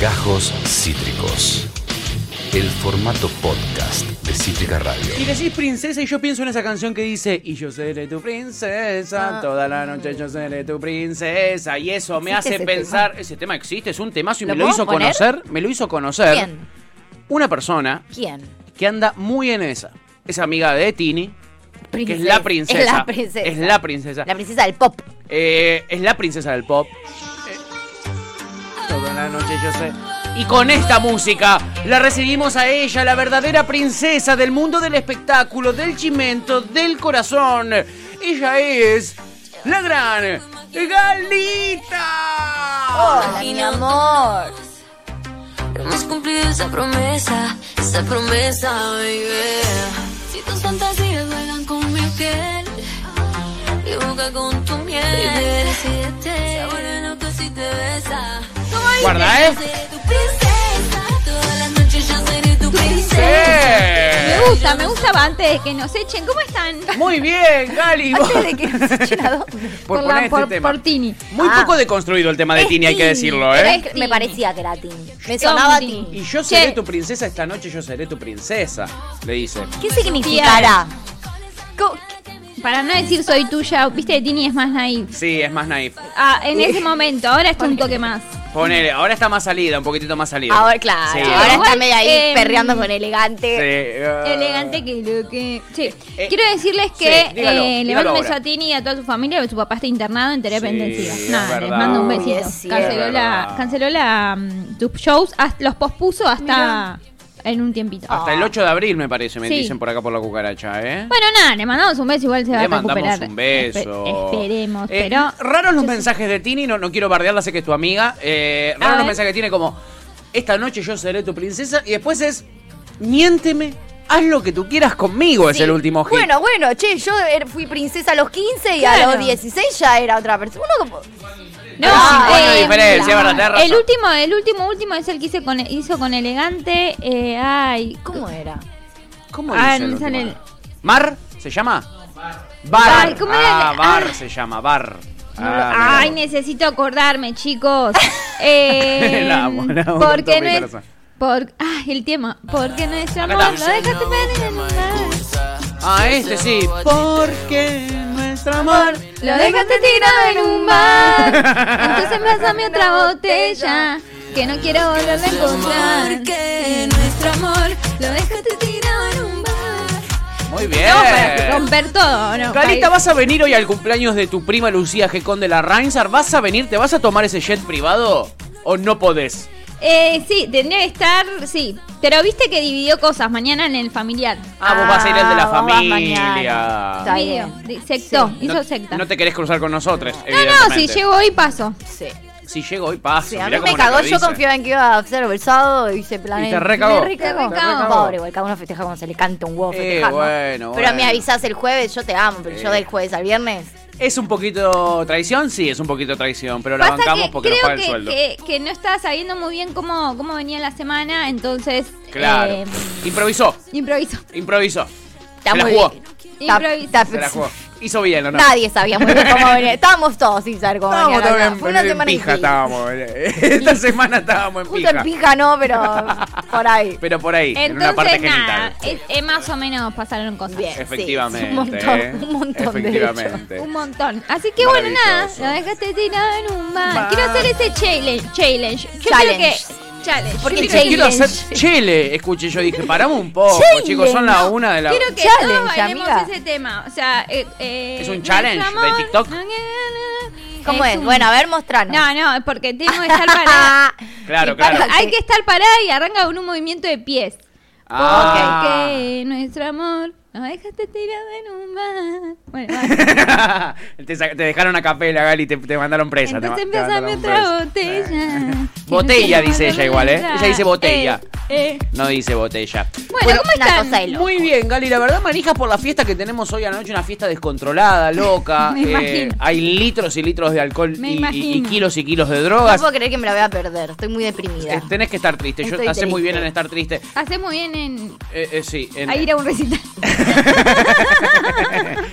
Gajos Cítricos. El formato podcast de Cítrica Radio. Y decís princesa y yo pienso en esa canción que dice Y yo seré tu princesa, Ah. toda la noche yo seré tu princesa Y eso me hace ¿Existe ese pensar, ese tema existe, es un temazo y ¿Lo me lo hizo podemos poner? conocer, me lo hizo conocer ¿Quién? una persona ¿Quién? que anda muy en esa. Es amiga de Tini, que es la princesa. Es la princesa. Es la princesa. La princesa del pop. Eh, es la princesa del pop. Eh, toda la noche yo sé. Y con esta música la recibimos a ella, la verdadera princesa del mundo del espectáculo, del chimento, del corazón. Ella es la gran Galita. Hola, mi amor. No hemos cumplido esa promesa, esa promesa, baby. Si tus fantasías juegan con mi piel y boca con tu miel, decídete. Se vuelve loco si te besa. Guarda, ¿eh? Yo seré tu princesa, todas las noches yo seré tu princesa. Sí. Me gusta, me gustaba antes de que nos echen. ¿Cómo están? Muy bien, Gali. Antes de que nos echen a dos. Por la- poner este por- tema. por Tini. Muy Ah. poco deconstruido el tema de Es Tini, hay que Tini. decirlo, Pero ¿eh? es- Me Tini. parecía que era Tini. Me sonaba Tini. Tini. Y yo seré Che. tu princesa esta noche, yo seré tu princesa, le dice. ¿Qué significará? Co- Para no decir soy tuya, viste, Tini es más naive. Sí, es más naif. Ah, en ese momento, ahora está un toque más. Ponele, ahora está más salida, un poquitito más salida. Ahora, claro. Sí. Ahora está Igual, medio ahí em, perreando con elegante. Sí, Elegante que lo que. Sí. Ah. Eh, Quiero decirles sí, que dígalo, eh, le dígalo mando un beso ahora. a Tini y a toda su familia, que su papá está internado en terapia Sí, intensiva. es Nada, les verdad. mando un Uy, besito. es cierto. canceló Es la, verdad. canceló la, mm, sus shows, hasta- los pospuso hasta en un tiempito. Hasta el 8 de abril, me parece, me Sí. dicen por acá por la cucaracha, ¿eh? Bueno, nada, le mandamos un beso, igual se va Le a recuperar. mandamos un beso. Espe- esperemos, Eh, pero. Raros los Yo- mensajes de Tini, no, no quiero bardearla, sé que es tu amiga. Eh, raros A los ver. mensajes que tiene como: Esta noche yo seré tu princesa. Y después es: Miénteme, haz lo que tú quieras conmigo, es Sí. pues el último hit. Bueno, bueno, che, yo er- fui princesa a los 15 y a Claro. los 16 ya era otra persona. Uno como- No, Hay cinco años de eh, diferencia, es verdad, tenés razón. El último, el último, último es el que hice con, hizo con Elegante. eh, ay, ¿Cómo era? ¿Cómo Ah, dice el no sale último? el- ¿Mar? ¿Se llama? Bar. Bar, ¿cómo era? ah, bar Ah. se llama, bar. No lo- Ah, Ay, mirá. necesito acordarme, chicos. Eh, La amo, la amo con ¿Por todo mi qué no es- corazón. por- ay, el tema. Porque nuestro Acá amor lo está. dejaste perder en el Ah, este sí. Porque nuestro amor. Lo dejaste tirado en un bar. Entonces pásame otra botella. Que no quiero volver a encontrar. Porque nuestro amor lo dejaste tirado en un bar. Muy bien. Vamos para romper todo, ¿o ¿no? Carita, Para- ¿vas a venir hoy al cumpleaños de tu prima Lucía G. Conde la Reinsar? ¿Vas a venir? ¿Te vas a tomar ese jet privado? ¿O no podés? Eh, sí, tendría que estar, sí. Pero viste que dividió cosas mañana en el familiar. Ah, vos vas a ir al de la Ah, vos vas familia. mañana. Está Dividió, bien. di- sectó, Sí. hizo no, secta. no te querés cruzar con nosotros. no, no, si llego hoy paso. Sí. Si llego hoy paso. Sí, a mirá mí me cómo nos cagó, lo yo dice. confiaba en que iba a ser versado y se planeó. Y te recagó. Me recagó. Te recagó. Pobre, igual cada uno festeja cuando se le canta un huevo Eh, festejar, ¿no? bueno, Pero me bueno. avisás el jueves, yo te amo, pero yo Eh. del jueves al viernes. ¿Es un poquito traición? Sí, es un poquito traición, pero la Pasa bancamos que porque nos creo paga el que, sueldo. que- que no estaba sabiendo muy bien cómo, cómo venía la semana, entonces Claro. Em, eh, improvisó, improviso. improvisó. Está Se la muy jugó, bien. Está- Improviso. está- se la jugó. Hizo bien, ¿o no? Nadie sabía muy bien cómo venía. Estábamos todos sin saber cómo Estábamos venía. la también cosa. Fue una en semana pija, difícil. estábamos. Esta semana estábamos en Justo pija. en pija no, pero por ahí. Pero por ahí, en una parte Entonces nada, genital. es, es más o menos pasaron cosas. Bien. eh, sí, Efectivamente. un montón, ¿eh? un montón de Efectivamente. Un montón. Así que bueno, nada, Maravilloso. lo dejaste tirado en un Bar. bar. Quiero hacer ese challenge. Challenge. Yo Challenge. creo que. Challenge. ¿Por Yo qué creo que- Quiero hacer chile, escuché, yo dije, paramos un poco, Challenge, chicos, son las no. una de la... Quiero que Challenge, todos bailemos amiga. ese tema. O sea, eh, eh, ¿Es un nuestro challenge de amor- TikTok? ¿Cómo es? un- Bueno, a ver, mostranos. No, no, porque tengo que estar parada. Claro, Y para- claro. Hay que estar parada y arranca con un movimiento de pies. Ah. Porque nuestro amor nos dejaste tirado en un bar. Bueno, vale. Ah. te, sa- te dejaron a capela, Gali, te, te mandaron presa. te ma- Entonces te empezame mandaron otra presa. botella. Botella, dice ella igual, ¿eh? Ella dice botella. Eh, eh. No dice botella. Bueno, Bueno, ¿cómo una están? cosa de loco. Muy bien, Gali. La verdad, manijas por la fiesta que tenemos hoy a la noche, una fiesta descontrolada, loca. eh, Me imagino. hay litros y litros de alcohol Me y, y- y imagino. kilos y kilos de No drogas. puedo creer que me la voy a perder. Estoy muy deprimida. Eh, Tenés que estar triste. Yo Estoy haces muy triste. bien en estar triste. Hacés muy bien en Eh, eh, sí, en- a ir a un recital.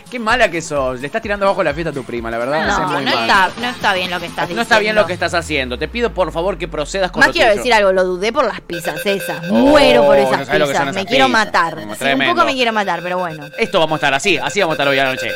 Qué mala que sos. Le estás tirando abajo la fiesta a tu prima, la verdad. me hace No, muy no mal. está, no está bien lo que estás diciendo. No está bien lo que estás haciendo. Te pido por favor que procedas con Más lo quiero tuyo. decir algo, lo dudé por las pizzas esas. Oh, Muero por no esas sabes lo que pizzas. son Me esas quiero pizzas. matar. Como Sí, un tremendo. poco me quiero matar, pero bueno. Esto vamos a estar así, así vamos a estar hoy a la noche.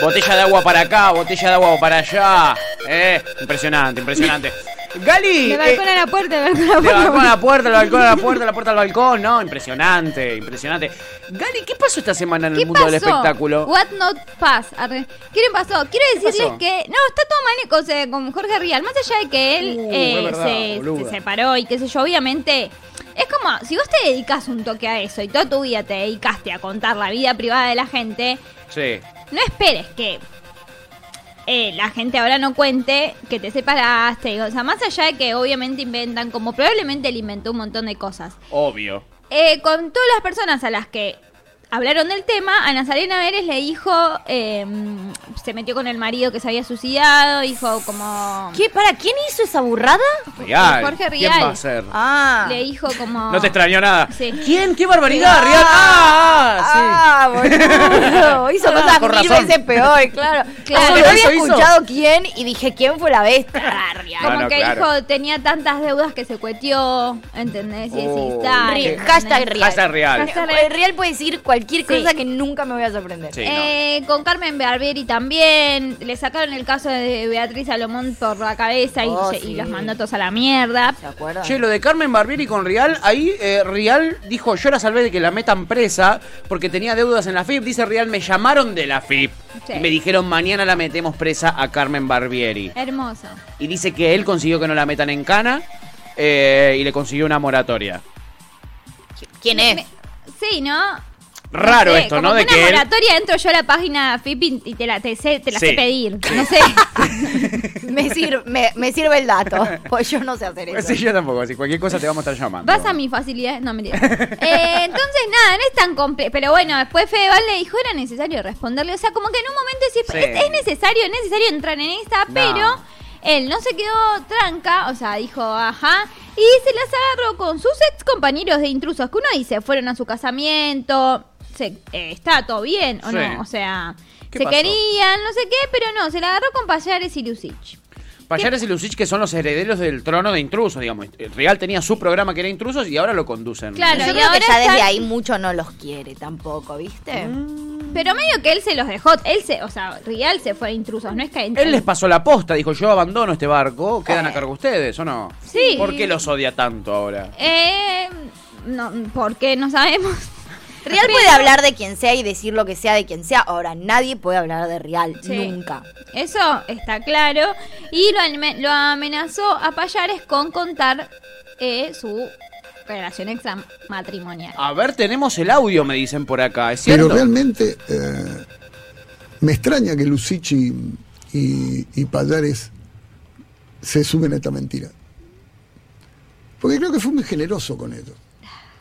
Botella de agua para acá, botella de agua para allá. Eh, impresionante, impresionante. Gali, De eh, balcón a la puerta, de balcón a la de puerta. balcón a la puerta, de balcón a la puerta, de la puerta al balcón, no, impresionante, impresionante. Gali, ¿qué pasó esta semana en el ¿Qué mundo pasó? del espectáculo? What not pass. Arre. ¿Qué le pasó? Quiero decirles pasó? que. No, está todo mal con, se- con Jorge Rial. Más allá de que él Uh, eh, es verdad, se- se, boluda. separó y qué sé yo, obviamente. Es como, si vos te dedicas un toque a eso y toda tu vida te dedicaste a contar la vida privada de la gente, Sí. no esperes que eh, la gente ahora no cuente que te separaste. O sea, más allá de que obviamente inventan, como probablemente él inventó un montón de cosas. Obvio. Eh, con todas las personas a las que hablaron del tema, a Nazarena Vélez le dijo, eh, se metió con el marido que se había suicidado, dijo como... ¿Qué? ¿Para quién hizo esa burrada? Real. Jorge ¿Quién Rial. va a ser? Ah. Le dijo como... No te extrañó nada. Sí. ¿Quién? ¡Qué barbaridad, Rial! ¡Ah! ah, sí. Ah, boludo. Hizo Ah, cosas por mil razón. veces peor, claro. Claro. Como que no había Eso hizo. escuchado quién y dije quién fue la bestia. Ah, Como Ah, No, no, que claro. dijo, tenía tantas deudas que se cuetió, ¿entendés? Y Oh. así está. Ri- ¿entendés? Hashtag real. Hashtag Rial. Hashtag El real puede decir cualquier Sí. cosa que nunca me voy a sorprender. Sí, no. Eh, Con Carmen Barberi también. Le sacaron el caso de Beatriz Salomón por la cabeza y, Oh, se- y sí. los mandó todos a la mierda. ¿Se acuerdan? Che, lo de Carmen Barbieri con Rial, ahí eh, Rial dijo, yo la salvé de que la metan presa porque tenía deudas en la FIP. Dice Rial, me llamaron de la FIP Sí. y me dijeron, mañana la metemos presa a Carmen Barbieri. Hermoso. Y dice que él consiguió que no la metan en cana eh, y le consiguió una moratoria. ¿Quién es? Me- sí, ¿no? Raro sé, esto, como ¿no? que De que una él... moratoria entro yo a la página FIPI y te la, te sé, te la Sí. sé pedir. No sé. Me, sir- me- me sirve el dato. Pues yo no sé hacer eso. Sí, yo tampoco, si cualquier cosa te vamos a estar llamando. Vas a mis facilidades. No, mentira. Eh, entonces, nada, no es tan complejo. Pero bueno, después Fedeval le dijo era necesario responderle. O sea, como que en un momento sí, Sí. Es, es necesario, es necesario entrar en esta, No. pero él no se quedó tranca. O sea, dijo, ajá. Y se las agarró con sus ex compañeros de intrusos. Que uno dice, fueron a su casamiento. Se, eh, está todo bien, ¿o Sí. no? O sea, ¿Qué se pasó? querían, no sé qué, pero no, se la agarró con Payares y Lucich. Payares y Lucich, que son los herederos del trono de intrusos, digamos. Rial tenía su programa que era intrusos y ahora lo conducen. Claro, yo y creo que ahora ya desde están- ahí mucho no los quiere tampoco, ¿viste? Mm. Pero medio que él se los dejó, él se, o sea, Rial se fue a intrusos, no es que Él les pasó la posta, dijo yo abandono este barco, quedan a cargo ustedes, ¿o no? Sí. ¿Por qué los odia tanto ahora? Eh, no, ¿por qué? No sabemos. Real puede hablar de quien sea y decir lo que sea de quien sea. Ahora, nadie puede hablar de Real. Sí. Nunca. Eso está claro. Y lo, anime- lo amenazó a Payares con contar eh, su relación extramatrimonial. A ver, tenemos el audio, me dicen por acá, ¿es Pero cierto? realmente eh, me extraña que Lucichi y, y Pallares se suben a esta mentira. Porque creo que fue muy generoso con ellos.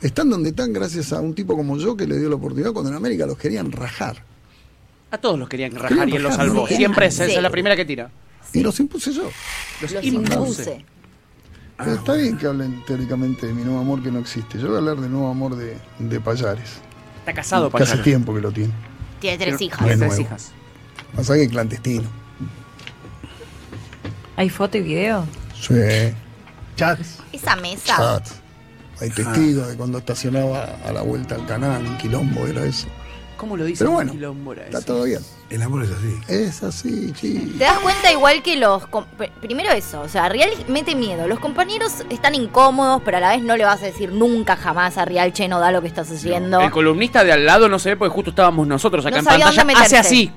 Están donde están gracias a un tipo como yo que le dio la oportunidad cuando en América los querían rajar. A todos los querían rajar y él los rajar, salvó. sí. Siempre es, esa es Sí. la primera que tira. Y los impuse yo. Los, Los impuse. impuse. Pero está bien que hablen teóricamente de mi nuevo amor que no existe. Yo voy a hablar del nuevo amor de, de Pallares. Está Ah, casado, Que hace Payares. tiempo que lo tiene. Tiene tres hijas. de Tiene tres nuevo. hijas. Pasa que clandestino. ¿Hay foto y video? Sí. Chats. Esa mesa. Chat. Ah, Hay testigos de cuando estacionaba a la vuelta al canal, un quilombo era eso. ¿Cómo lo dice Pero bueno, Quilombo era está eso? todo bien. El amor es así. Es así, chi. Te das cuenta igual que los... com- pr- Primero eso, o sea, Real mete miedo. Los compañeros están incómodos, pero a la vez no le vas a decir nunca jamás a Real, che, no da lo que estás haciendo. El columnista de al lado no se ve porque justo estábamos nosotros acá No en sabía pantalla. dónde Hace meterse. así,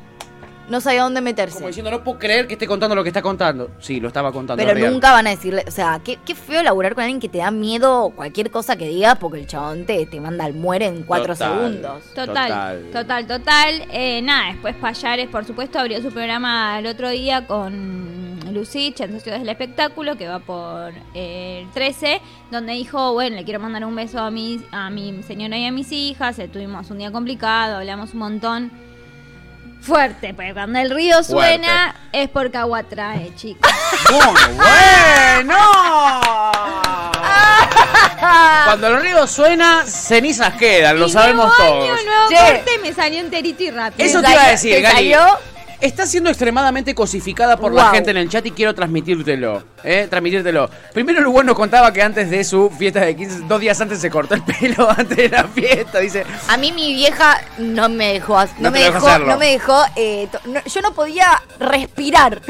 No sabía dónde como meterse. diciendo, no puedo creer que esté contando lo que está contando. Sí, lo estaba contando. Pero real. nunca van a decirle, o sea, qué, qué feo laburar con alguien que te da miedo o cualquier cosa que digas porque el chabón te, te manda al muere en cuatro Total. segundos. Total, Total. total, total. Eh, nada, después Payares, por supuesto, abrió su programa el otro día con Lucich en Sociedades del Espectáculo, que va por eh, el 13, donde dijo, bueno, le quiero mandar un beso a mi, a mi señora y a mis hijas, eh, tuvimos un día complicado, hablamos un montón. Fuerte, porque cuando el río suena es porque agua trae, chicos. ¡Muy bueno! Cuando el río suena, cenizas quedan, lo Y sabemos nuevo año, todos. nuevo Che. corte, me salió enterito y rápido. Eso Te te iba a salió- decir, te Gali. salió- Está siendo extremadamente cosificada por la Guau. gente en el chat y quiero transmitírtelo. ¿eh? Transmitírtelo. Primero, Lugo nos contaba que antes de su fiesta de 15, dos días antes se cortó el pelo antes de la fiesta. Dice, A mí mi vieja no me dejó, as- No no, te me dejó dejó, hacerlo. no me dejó, eh, to- no- yo no podía respirar.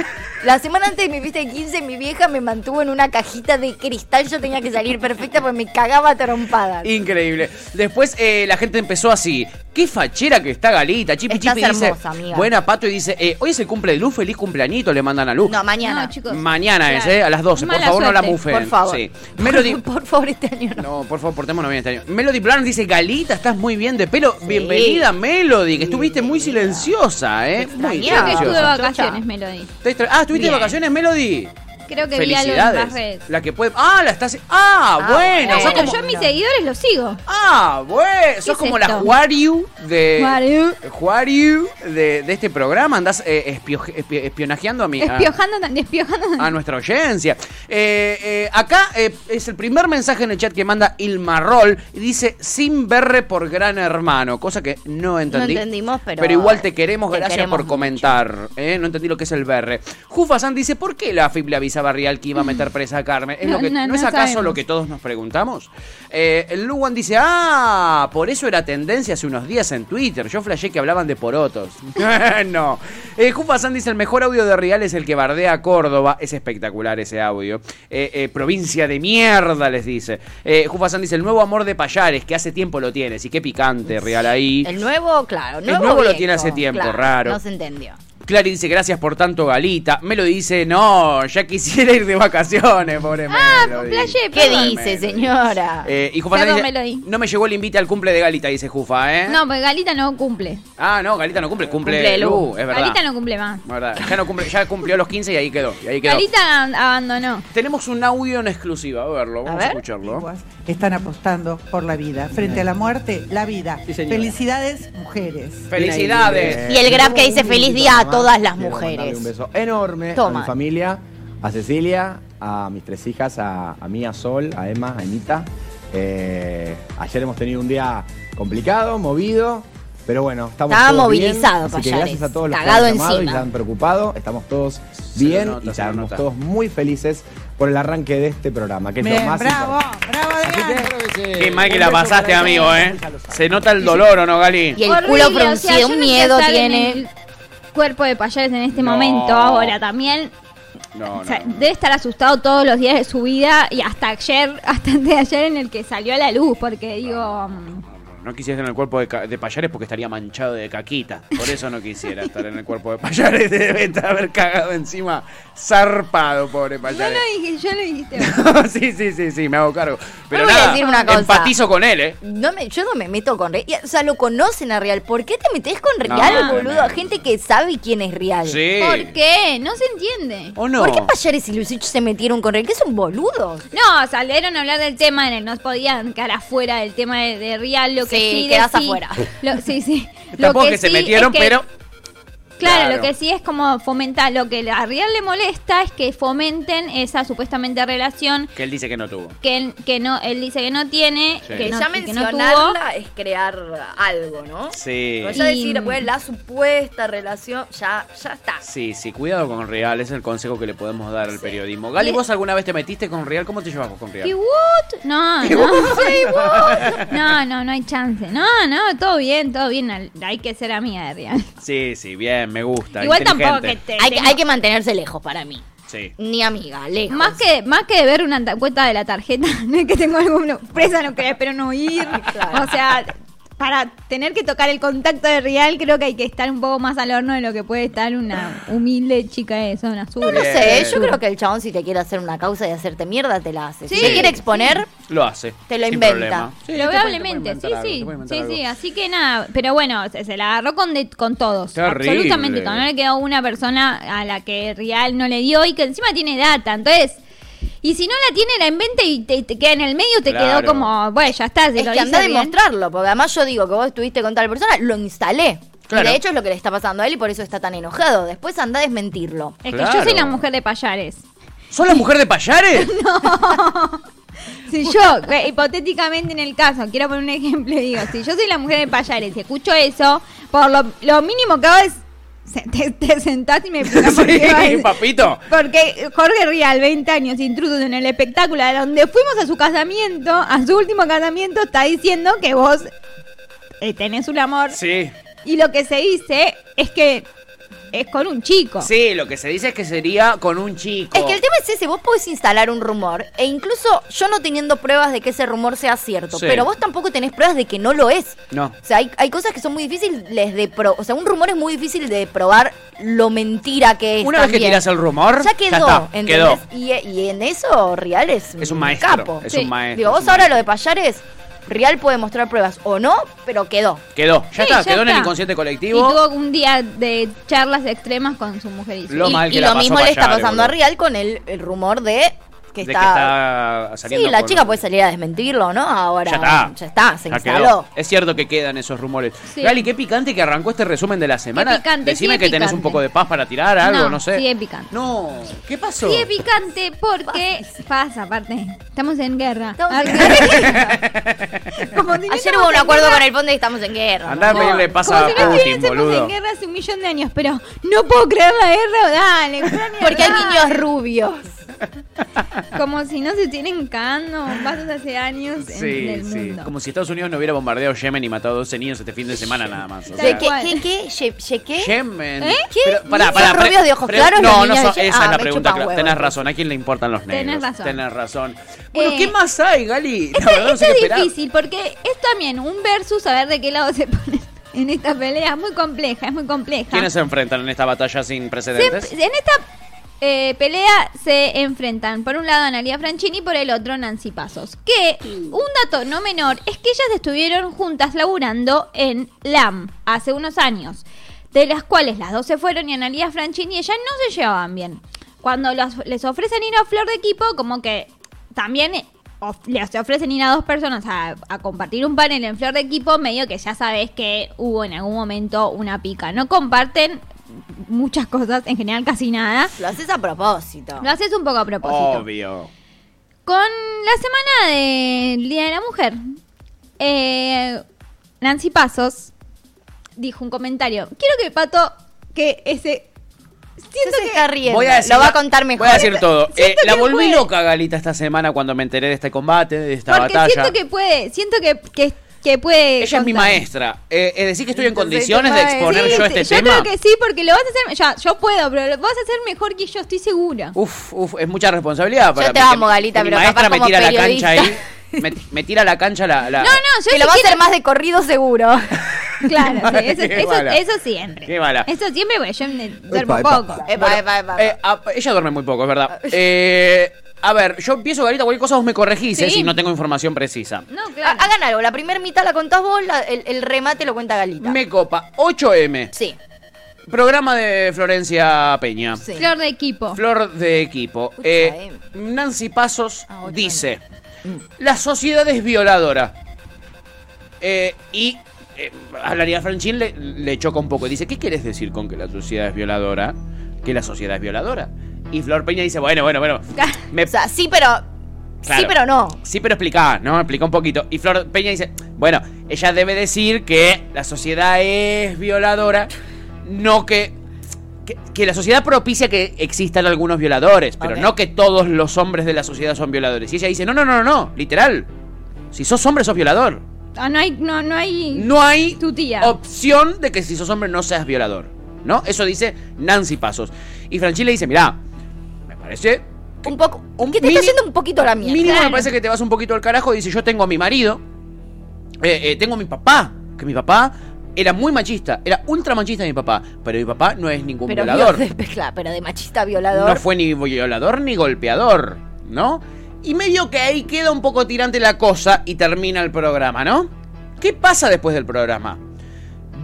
La semana antes de mi fiesta de 15, mi vieja me mantuvo en una cajita de cristal, yo tenía que salir perfecta porque me cagaba a trompadas. Increíble. Después eh, la gente empezó así. Qué fachera que está Galita. Chipi Estás Chipi dice. hermosa, amiga. Buena Pato y dice, eh, hoy es el cumple de Luz, feliz cumpleañito, le mandan a Luz. No, mañana. No, chicos. Mañana es, Claro. ¿eh? A las 12. por Mala favor, no la suerte. mufen. por favor. Sí. Melody. por favor, este año no. No, por favor, portémonos bien este año. Melody Brown dice, Galita, estás muy bien de pelo. Bienvenida, Melody, que estuviste muy silenciosa, ¿eh? Muy Creo que estuve de silenciosa. vacaciones, Melody. Te extra- Ah, ¿estuviste de Bien. vacaciones, Melody? Creo que vi algo en las Felicidades. redes. La que puede... Ah, la estás... Ah, Ah, bueno. No, sos bueno, como- yo a mis seguidores los sigo. Ah, bueno, sos es como esto? la Juariu de. Juariu. Juariu de, de este programa. Andás eh, espioje- espi- espionajeando a mi. a- Despiojando, tan- despiojando. tan- A, nuestra audiencia. Eh, eh, acá eh, es el primer mensaje en el chat que manda Ilmarrol y dice sin berre por gran hermano, cosa que no entendí. No entendimos, pero- igual te queremos, te gracias queremos por mucho. comentar. ¿eh? No entendí lo que es el berre. Jufasan dice: ¿Por qué la AFIP le avisa a Barrial que iba a meter presa a Carmen? ¿Es, No, lo que- no, ¿no es no acaso sabemos. lo que todos nos preguntamos. Eh, el Luwan dice, ah, por eso era tendencia hace unos días en Twitter. Yo flashé que hablaban de porotos. no. Eh, Jufa San dice, el mejor audio de Real es el que bardea a Córdoba. Es espectacular ese audio. Eh, eh, provincia de mierda, les dice. Eh, Jufa San dice, el nuevo amor de Payares, que hace tiempo lo tienes. Y qué picante, Real, ahí. El nuevo, claro. El Nuevo nuevo lo viejo, tiene hace tiempo, claro, raro. No se entendió. Clary dice, gracias por tanto, Galita. Melo dice, no, ya quisiera ir de vacaciones, pobre Ah, Melody. flashé, ¿Qué perdón. dice, Melody. señora? Eh, y Jufa Perdón, Sánchez dice, Melody. no me llegó el invite al cumple de Galita, dice Jufa, ¿eh? No, porque Galita no cumple. Ah, no, Galita no cumple, cumple, Cumple Lu. Lu, Uh, es verdad. Galita no cumple más. Verdad, Ya, no cumple, ya cumplió los 15 y ahí quedó. y ahí quedó. Galita abandonó. Tenemos un audio en exclusiva, a verlo, vamos a, ver. escucharlo. Lenguas Están apostando por la vida. Frente a la muerte, la vida. Sí, señora. Felicidades, mujeres. ¡Felicidades! Y el grab que dice feliz día a todas las Quiero mandarle mujeres. Un beso enorme Toma. a mi familia, a Cecilia, a mis tres hijas, a, a mí, a Sol, a Emma, a Anita. Eh, ayer hemos tenido un día complicado, movido, pero bueno, estamos Estaba todos bien, movilizado, así que Payares, gracias a todos los que cagado han llamado y encima. se han preocupado. Estamos todos bien lo y nota, se lo estamos nota. todos muy felices por el arranque de este programa, que es lo Bien, más bravo, importante. bravo, Adrián. Qué mal que la pasaste, amigo, ¿eh? Se nota el dolor, ¿o no, Gali? Y el Horrible, culo fruncido, o sea, yo un no miedo quiero estar tiene. en el cuerpo de Payares en este No. momento, ahora también. No, o sea, no, no. Debe estar asustado todos los días de su vida y hasta ayer, hasta antes de ayer en el que salió a la luz, porque digo, mm, No quisiera estar en el cuerpo de, ca- de Payares porque estaría manchado de caquita. Por eso no quisiera estar en el cuerpo de Payares. Debe haber cagado encima. Zarpado, pobre yo Payares. lo dije, yo lo dijiste. vos. sí, sí, sí, sí, me hago cargo. Pero voy a nada, decir una cosa. empatizo con él, ¿eh? No me, yo no me meto con Real. Y, O sea, lo conocen a Real. ¿Por qué te metes con Real, no, boludo? no. A gente que sabe quién es Real. Sí. ¿Por qué? No se entiende. ¿O no? ¿Por qué Payares y Lucich se metieron con Real? ¿Qué son boludos? No, salieron a hablar del tema, en el- no podían quedar afuera del tema de, de Real, lo que Sí, sí. quedás decí- afuera. lo- sí, sí. Lo Tampoco que se sí metieron, es que- pero. Claro, Claro. lo que sí es como fomentar, lo que a Real le molesta es que fomenten esa supuestamente relación Que él dice que no tuvo. que él, que no, él dice que no tiene, Sí. que, no, ya y que no mencionarla es crear algo, ¿no? Sí. Pero ya decir, Y- bueno, la supuesta relación, ya, ya está. Sí, sí, cuidado con Real, es el consejo que le podemos dar al periodismo. Gali, Y- ¿vos alguna vez te metiste con Real? ¿Cómo te llevas vos con tuvo. ¿Qué Real? what? No, no. no, no, no hay chance. No, no, todo bien, todo bien. al- Hay que ser amiga de Real. Sí, sí, bien, me gusta. Igual tampoco que inteligente. te. Hay, que- tenga- hay que mantenerse lejos para mí. Sí. Ni amiga, lejos. Más que, más que ver una ta- cuenta de la tarjeta, no es que tengo alguna presa, no creo, espero no ir. Claro. O sea, para tener que tocar el contacto de Real, creo que hay que estar un poco más al horno de lo que puede estar una humilde chica de zona sur. No, no Bien. sé, yo creo que el chabón si te quiere hacer una causa y hacerte mierda, te la hace. Si Sí. te quiere exponer, Lo hace. Te lo sin inventa. problema. Sí, te puede- te puede Probablemente, sí, inventar algo, te sí, puede inventar sí, sí, algo. así que nada, pero bueno, se, se la agarró con, de- con todos, Terrible. absolutamente, todo. no le quedó una persona a la que Real no le dio y que encima tiene data, entonces, y si no la tiene, la inventa y te, te queda en el medio, te Claro. quedó como, bueno, ya está, se es lo que anda a dice Real. demostrarlo. Porque además yo digo que vos estuviste con tal persona, lo instalé. Y Claro. de hecho es lo que le está pasando a él y por eso está tan enojado. Después anda a desmentirlo. Es que Claro. yo soy la mujer de Payares. ¿Sos la mujer de Payares? Si yo, que hipotéticamente en el caso, quiero poner un ejemplo, digo, si yo soy la mujer de Payares y escucho eso, por lo, lo mínimo que hago es. se- Te, te sentás y me explicás por qué va Sí, eso. papito. Porque Jorge Rial, 20 años intruso en el espectáculo, a donde fuimos a su casamiento, a su último casamiento, está diciendo que vos eh, tenés un amor. Sí. Y lo que se dice es que es con un chico. Sí, lo que se dice es que sería con un chico. Es que el tema es ese, vos podés instalar un rumor, e incluso yo no teniendo pruebas de que ese rumor sea cierto, Sí. pero vos tampoco tenés pruebas de que no lo es. No. O sea, hay, hay cosas que son muy difíciles de pro, o sea, un rumor es muy difícil de probar lo mentira que es. Una vez que también. tiras el rumor, ya quedó, está, ¿entendés? quedó. Y, y en eso Real es, Es un maestro, capo. es un Sí. maestro, Digo, es vos un ahora maestro. lo de Payares, Real puede mostrar pruebas o no, pero quedó. Quedó. Ya Sí, está, ya quedó en el está. inconsciente Y colectivo. tuvo un día de charlas extremas con su mujer y su Lo hija. mal que y la lo pasó mismo le está Payares, pasando a boludo. Real con el, el rumor de que de está... que está saliendo Sí, la con- chica puede salir a desmentirlo, ¿no? Ahora Ya está. ya está, se Ya quedó. instaló. Es cierto que quedan esos rumores. Sí. Gali, qué picante que arrancó este resumen de la semana. picante, Decime sí es que tenés un picante. poco de paz para tirar algo, no, sé. Sí, es picante. No, ¿qué pasó? Sí, es picante porque pasa, aparte. Estamos en guerra. Estamos en Como si no Ayer estamos hubo un en acuerdo guerra. con el fondo y estamos en guerra. Andá a Como- pedirle paz a como si no Putin, estuviésemos boludo. en guerra hace un millón de años, pero no puedo creer la guerra, dale. Ucrania, Porque hay dale. niños rubios. Como si no se estuvieran cagando pasos hace años en, en el mundo. Como si Estados Unidos no hubiera bombardeado Yemen y matado a 12 niños este fin de semana nada más. o Tal ¿Qué, sea, qué, cual. qué? qué? ¿Ye- ye- qué? Yemen. ¿Eh? ¿Qué? Pero, pará, ¿Son pará, pre- rubios de ojos pre- claros No, los no, niños son- de Ye- esa es Ah, la me pregunta. chupan clara. huevo, Tenés entonces. razón, ¿a quién le importan los negros? Tenés razón. Tenés razón. Bueno, Eh, ¿qué más hay, Gali? La verdad, no sé qué Esto Este es esperar. difícil porque es también un versus a ver de qué lado se pone en esta pelea. Es muy compleja, es muy compleja. ¿Quiénes se enfrentan en esta batalla sin precedentes? Se- en esta eh, pelea se enfrentan por un lado Analia Franchini y por el otro Nancy Pasos. Que un dato no menor es que ellas estuvieron juntas laburando en LAM hace unos años, de las cuales las dos se fueron y Analia Franchini y ellas no se llevaban bien. Cuando los- les ofrecen ir a flor de equipo, como que también eh, of- les ofrecen ir a dos personas a, a compartir un panel en flor de equipo, medio que ya sabes que hubo en algún momento una pica. No comparten muchas cosas, en general casi nada. Lo haces a propósito. Lo haces un poco a propósito. Obvio. Con la semana del Día de la Mujer, eh, Nancy Pasos dijo un comentario. Quiero que Pato, que ese... Siento Entonces que... está riendo. Voy a decir- lo va a contar mejor. Voy a decir todo. Eh, Siento la que volví puede. loca, Galita, esta semana cuando me enteré de este combate, de esta Porque batalla. siento que puede, siento que, que, que puede... Ella es mi contar. maestra. Eh, es decir, que estoy en Entonces, condiciones de tu maestra. exponer Sí, yo te- este tema. creo que sí, porque lo vas a hacer... Ya, yo puedo, pero lo vas a hacer mejor que yo, estoy segura. Uf, uf, es mucha responsabilidad para te mí, que- amo, Galita, que mi pero maestra capaz me como tira a la cancha periodista. ahí. Me, me tira a la cancha la. la- no, no, yo Que sí lo va a quiero- hacer más de corrido seguro. Claro, sí, Qué eso, eso, mala. eso siempre. Qué mala. Eso siempre, porque yo me duermo Epa, epa. poco. Epa, epa, epa. Eh, a- ella duerme muy poco, es verdad. Eh, a ver, yo empiezo, Galita, cualquier cosa vos me corregís eh, Sí. si no tengo información precisa. No, Ha- claro. Hagan algo. La primera mitad la contás vos, la- el, el remate lo cuenta Galita. Me copa. 8M. Sí, Programa de Florencia Peña. sí. Flor de equipo. Flor de equipo. Escucha, Eh, eh. Nancy Pasos Ah, Mm. ocho dice: La sociedad es violadora. Eh, y eh, a Laria Franchín le, le choca un poco. Dice: ¿Qué quieres decir con que la sociedad es violadora? Que la sociedad es violadora. Y Flor Peña dice: Bueno, bueno, bueno. Me- O sea, sí, pero. Sí, Claro. pero no. Sí, pero explicá, ¿no? Explica un poquito. Y Flor Peña dice, bueno, ella debe decir que la sociedad es violadora, no que... Que, que la sociedad propicia que existan algunos violadores, pero Ok. no que todos los hombres de la sociedad son violadores. Y ella dice, no, no, no, no, no, literal. Si sos hombre, sos violador. Ah, no hay. No, no hay. No hay Tu tía. opción de que si sos hombre no seas violador. ¿No? Eso dice Nancy Pasos. Y Franchi le dice, mirá, me parece que Un poco. Un que te está mini- haciendo un poquito la mierda. Mínimo me Claro. parece que te vas un poquito al carajo. Dice, yo tengo a mi marido. eh, eh, tengo a mi papá. Que mi papá era muy machista. Era ultra machista mi papá. Pero mi papá no es ningún pero, violador. de, claro, pero de machista violador. No fue ni violador ni golpeador. ¿No? Y medio que ahí queda un poco tirante la cosa y termina el programa, ¿no? ¿Qué pasa después del programa?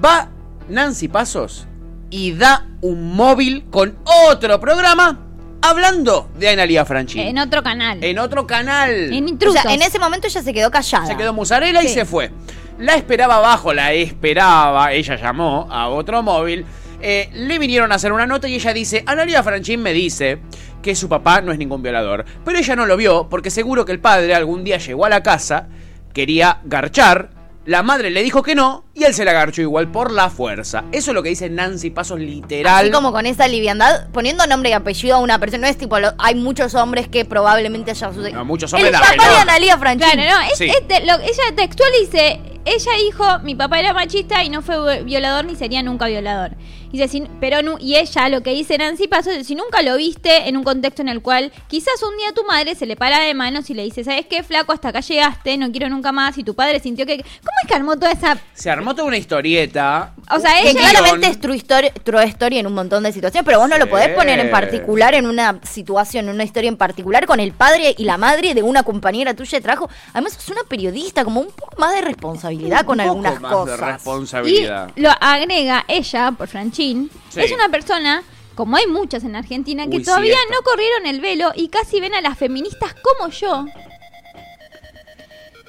Va Nancy Pasos y da un móvil con otro programa hablando de Analia Franchini. Eh, En otro canal. En, En otro canal. O intrusos. sea, en ese momento ella se quedó callada. Se quedó musarela y Sí. se fue. La esperaba abajo, la esperaba. Ella llamó a otro móvil. eh, le vinieron a hacer una nota y ella dice: Analia Franchín me dice que su papá no es ningún violador. Pero ella no lo vio porque seguro que el padre algún día llegó a la casa, quería garchar, la madre le dijo que no y él se la garchó igual por la fuerza. Eso es lo que dice Nancy Pasos literal. Así como con esa liviandad, poniendo nombre y apellido a una persona. No es tipo, lo- hay muchos hombres que probablemente haya sucedido. No, muchos hombres El la papá peló. de Analia Franchini. Claro, no, es- Sí. es de- lo- ella textual dice, ella dijo, mi papá era machista y no fue vi- violador ni sería nunca violador. Dice, "Si- pero nu- y ella lo que dice Nancy Paso, si nunca lo viste en un contexto en el cual quizás un día tu madre se le para de manos y le dice, ¿sabes qué, flaco? Hasta acá llegaste, no quiero nunca más. Y tu padre sintió que... ¿Cómo es que armó toda esa... Se armó toda una historieta. O sea, Que ella... claramente es true story, true story en un montón de situaciones, pero vos no Sí. lo podés poner en particular en una situación, en una historia en particular con el padre y la madre de una compañera tuya de trabajo. Además, sos una periodista, como un poco más de responsabilidad con un poco algunas más cosas. de Y responsabilidad. lo agrega ella, por Franchín, Sí. es una persona, como hay muchas en Argentina, que Uy, sí, todavía esta. no corrieron el velo y casi ven a las feministas como yo.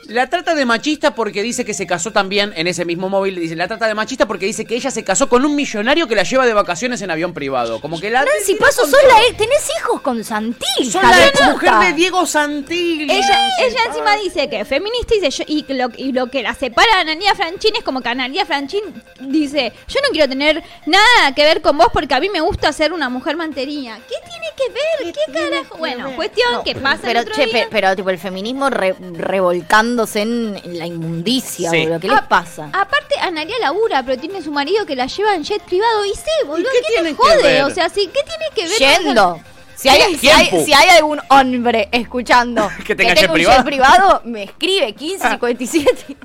La trata de machista porque dice que se casó también en ese mismo móvil. Dice, la trata de machista porque dice que ella se casó con un millonario que la lleva de vacaciones en avión privado. Como que la. Nancy Argentina Paso, con sos todo. la, tenés hijos con Santil. Son hija la de ex mujer puta. de Diego Santilli. Ella, ella encima dice que es feminista y, dice yo- y, lo, y lo que la separa de Analia Franchín es como que Analia Franchín dice, yo no quiero tener nada que ver con vos porque a mí me gusta ser una mujer mantería. ¿Qué tiene que ver? ¿Qué, carajo? Bueno, cuestión No, que pasa pero, el otro che, día. pe- pero tipo el feminismo re- revolcándose en, en la inmundicia, Sí. boludo. ¿Qué Ah, les pasa? Aparte, Analia labura, pero tiene su marido que la lleva en jet privado y sé, boludo, qué ¿qué, te tiene que jode? ver? O sea, sí, ¿qué tiene que ver? Yendo. Si hay, si, hay, Tiempo. si hay algún hombre escuchando Que tenga jet un privado. Ah. jet privado, me escribe 1557.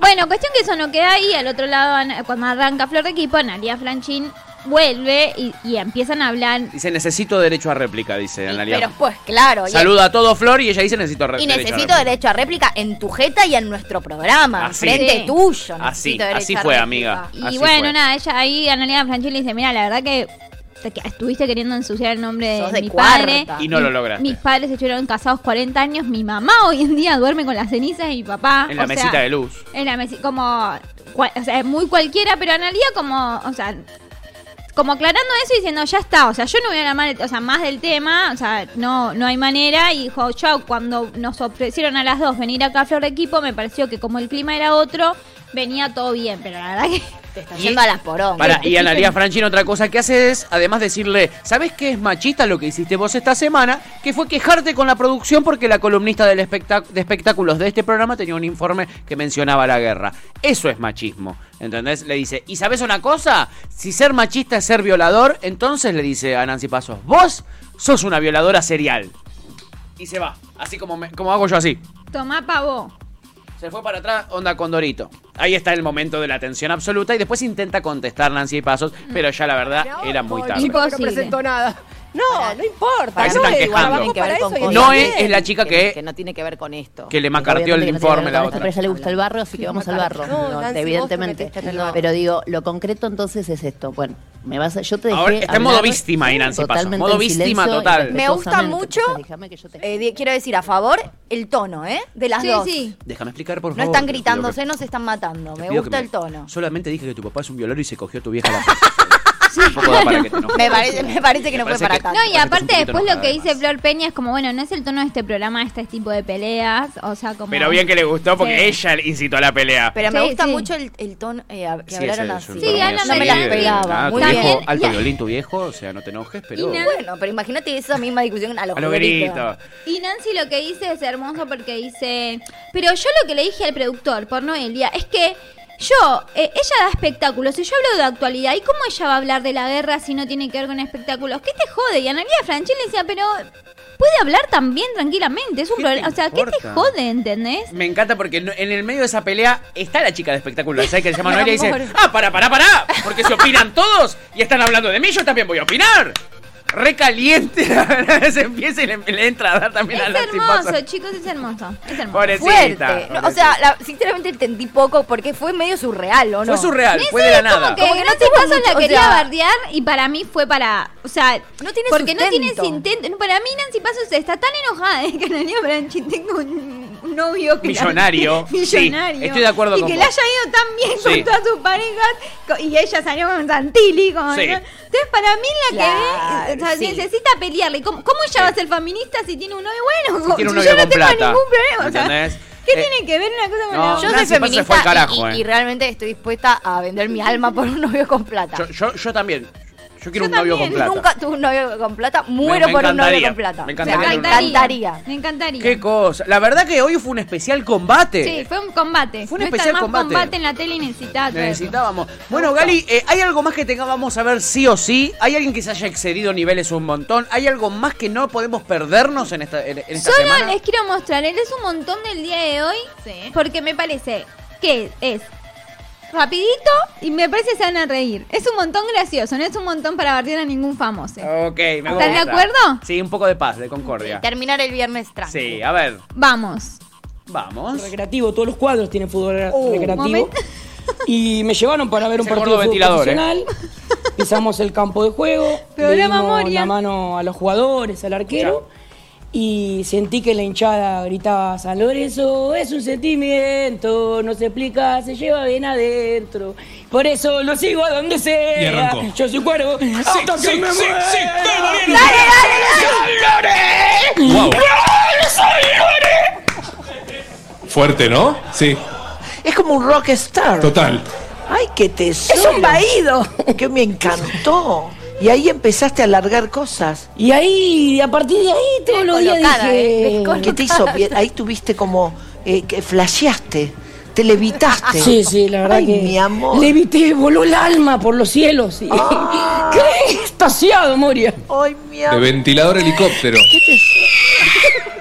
Bueno, cuestión que eso no queda ahí. Al otro lado, Ana- cuando arranca Flor de Equipo, Analia Franchín vuelve y, y empiezan a hablar. Dice, necesito derecho a réplica, dice Analia. Pero pues claro. y- Saluda a todo Flor y ella dice, necesito re- Y, derecho a necesito réplica". derecho a réplica en tu jeta y en nuestro programa, Así. enfrente Sí. tuyo. Así, Necesito derecho así a fue, réplica. amiga. Y Así bueno, fue. nada, ella ahí, Analia Franchín le dice, mira, la verdad que... te- que estuviste queriendo ensuciar el nombre de, Sos de mi padre. cuarta. Y no lo Mi- lograste. Mis padres estuvieron casados 40 años. Mi mamá hoy en día duerme con las cenizas de mi papá. En la O sea, mesita de luz. En la mesi- como, cua- o sea, muy cualquiera, pero Analia como, o sea, como aclarando eso y diciendo, ya está, o sea, yo no voy a hablar más, de- o sea, más del tema, o sea, no, no hay manera. Y dijo, yo cuando nos ofrecieron a las dos venir acá a Flor de Equipo, me pareció que como el clima era otro, venía todo bien, pero la verdad que... Te está yendo a las porongas. Para, y Analia Franchino otra cosa que hace es, además decirle, ¿sabes qué es machista lo que hiciste vos esta semana? Que fue quejarte con la producción porque la columnista del espectac- de espectáculos de este programa tenía un informe que mencionaba la guerra. Eso es machismo, ¿entendés? Le dice, ¿y sabes una cosa? Si ser machista es ser violador, entonces le dice a Nancy Pasos, vos sos una violadora serial. Y se va, así como, me- como hago yo así. Tomá pavo. Se fue para atrás, onda Condorito. Ahí está el momento de la tensión absoluta y después intenta contestar Nancy Pasos, Mm. pero ya la verdad era muy tarde. Imposible. nada. No, no importa. Ahí se no están es quejando. trabajo Tiene que ver para con eso y cosas. No está es, bien. es la chica Que que, no tiene que ver con esto. que le macarteó el Obviamente que no informe tiene que ver la con esto, otra. Pero a ella le gusta el barro, así que vamos al barro. No, No, Nancy, evidentemente. vos te metiste en el barro. Pero digo, lo concreto entonces es esto. Bueno, me vas a, yo te dejé Ahora está en modo hablar víctima ahí, Nancy Paso. totalmente Modo en víctima silencio y total. Me gusta respetuosamente. mucho, Entonces, déjame que yo te- eh, di- quiero decir, a favor, el tono, ¿eh? De las Sí, dos. sí. Déjame explicar, por No favor. están te pido gritándose, que- no se están matando. te Me pido que gusta el tono. Solamente dije que tu papá es un violador y se cogió a tu vieja la Un poco da para que te enojes. Me parece, me parece que Me no fue parece para que- tanto. No, Parece y que es un aparte poquito después lo enojada, que dice además. Flor Peña es como, bueno, no es el tono de este programa, este tipo de peleas, o sea, como... Pero bien que le gustó porque Sí. ella le incitó a la pelea. Pero me Sí, gusta sí. mucho el, el tono eh, a- que Sí, ese hablaron es un así. Sí, torneo hablan no me las así de- pegaba. Ah, muy tu bien. viejo, alto Ya. violín tu viejo, o sea, no te enojes, pero... Y nada. Bueno, pero imagínate esa misma discusión a los, A los gritos. gritos. Y Nancy lo que dice es hermoso porque dice, pero yo lo que le dije al productor por Noelia es que yo, eh, ella da espectáculos y yo hablo de actualidad. ¿Y cómo ella va a hablar de la guerra si no tiene que ver con espectáculos? ¿Qué te jode? Y Analia Franchín le decía, pero puede hablar también tranquilamente. Es un ¿Qué te problema. O sea, ¿qué te importa? jode, entendés? Me encanta porque no- en el medio de esa pelea está la chica de espectáculo, ¿sabes? Que se llama Mi Noelia y dice, amor. ah, para, para, para, porque se opinan todos y están hablando de mí, yo también voy a opinar. Recaliente, se empieza y le, le entra a dar también a Es la hermoso, chicos, es hermoso. Es hermoso. Pobrecita. Fuerte. No, o sea, la- sinceramente entendí poco porque fue medio surreal, ¿o no? fue surreal, Sí, fue sí, de la es como nada. que Como que no Nancy tuvo Pasos mucho- la o quería sea- bardear y para mí fue para, o sea, No tiene porque no sustento. tienes intento, no, para mí Nancy Pasos está tan enojada de que Analia Franchi tenga un, un novio que la- Millonario. millonario. Sí, estoy de acuerdo y con que vos. le haya ido tan bien Sí. con todas sus parejas co- y ella salió con Santilli. Con, Sí. Entonces, para mí, la que ve, o sea, sí. necesita pelearle. ¿Cómo, cómo ella va a ser feminista si tiene un novio bueno? Si tiene un yo novio no con tengo plata, ningún problema. o sea, ¿entendés? ¿Qué Eh, tiene que ver una cosa con la no, otra? Yo Nancy soy Paso se feminista fue al y- carajo, y, eh. y realmente estoy dispuesta a vender mi alma por un novio con plata. Yo, yo, yo también. Yo quiero un novio con plata. Nunca tuve un novio con plata, muero me por un novio encantaría. con plata. Me encantaría O sea, tener un me novio. encantaría. Me encantaría. Qué cosa. La verdad que hoy fue un especial combate. Sí, fue un combate. Fue un No está especial más combate. en la tele y necesitaba todo eso. Necesitábamos. Bueno, Gali, eh, ¿hay algo más que tengamos a ver sí o sí? ¿Hay alguien que se haya excedido niveles un montón? ¿Hay algo más que no podemos perdernos en esta, en, en esta Solo semana? les quiero mostrar, él es un montón del día de hoy, porque me parece que es rapidito y me parece que se van a reír. Es un montón gracioso, no es un montón para bardear a ningún famoso. Ok, me gusta. ¿Están de acuerdo? Sí, un poco de paz, de concordia. Terminar el viernes tras. Sí, a ver, Vamos. vamos. recreativo, todos los cuadros tienen fútbol Oh, recreativo. Momento. Y me llevaron para ver un Ese partido gordo de fútbol ventilador, ¿eh? profesional. Pisamos el campo de juego, le Programa dimos Moria. la mano a los jugadores, al arquero. Y sentí que la hinchada gritaba San Lorenzo, es un sentimiento, no se explica, se lleva bien adentro. Por eso lo sigo a donde sea. Y arrancó. Yo soy cuervo. hasta que me muera. Wow. Fuerte, ¿no? Sí, Es como un rockstar. total. ¡Ay, qué tesoro! ¡Es un vaído! Que me encantó. Y ahí empezaste a alargar cosas. Y ahí, a partir de ahí, todos los días Descolocada, eh, dije... descolocada. ¿Qué te hizo? bien? Ahí tuviste como... eh, que flasheaste. Te levitaste. Sí, sí, la verdad Ay, que. mi amor. Levité, voló el alma por los cielos. Y... Ah. ¡Qué extasiado, Moria! ¡Ay, mi De amor! ventilador a helicóptero. ¿Qué tesoro?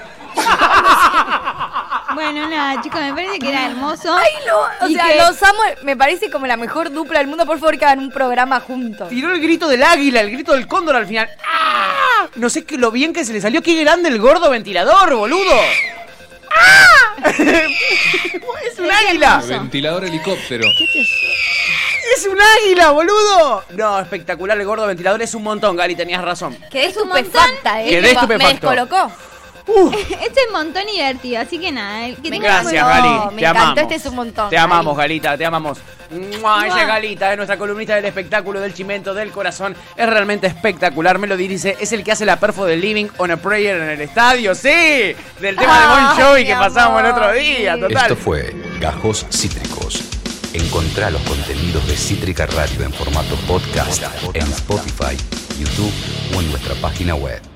Bueno, nada, chicos, me parece que era hermoso. Ay, no, o Y sea, que- los amo, me parece como la mejor dupla del mundo. Por favor, que hagan un programa juntos. Tiró el grito del águila, el grito del cóndor al final. ¡Ah! No sé qué, lo bien que se le salió. ¡Qué grande el gordo ventilador, boludo! ¡Ah! ¡Es un águila! De ventilador a helicóptero. ¡Es un águila, boludo! No, espectacular el gordo ventilador. Es un montón, Gali, tenías razón. Quedé Es un estupefacta, eh. Quedé Tipo, Me estupefacto. descolocó. Este es un montón divertido, así que nada. el Que tenga Gracias, buen- Gali. No, te me encantó, amamos. este es un montón, Te amamos, Gali. Galita, te amamos. ¡Mua! Ella es Galita, es nuestra columnista del espectáculo, del chimento, del corazón. Es realmente espectacular, me lo dice. Es el que hace la perfo de Living on a Prayer en el estadio, sí. Del tema de Bon Ay, Jovi mi que pasamos el amor, otro día, sí. total. Esto fue Gajos Cítricos. Encontrá los contenidos de Cítrica Radio en formato podcast en Spotify, YouTube o en nuestra página web.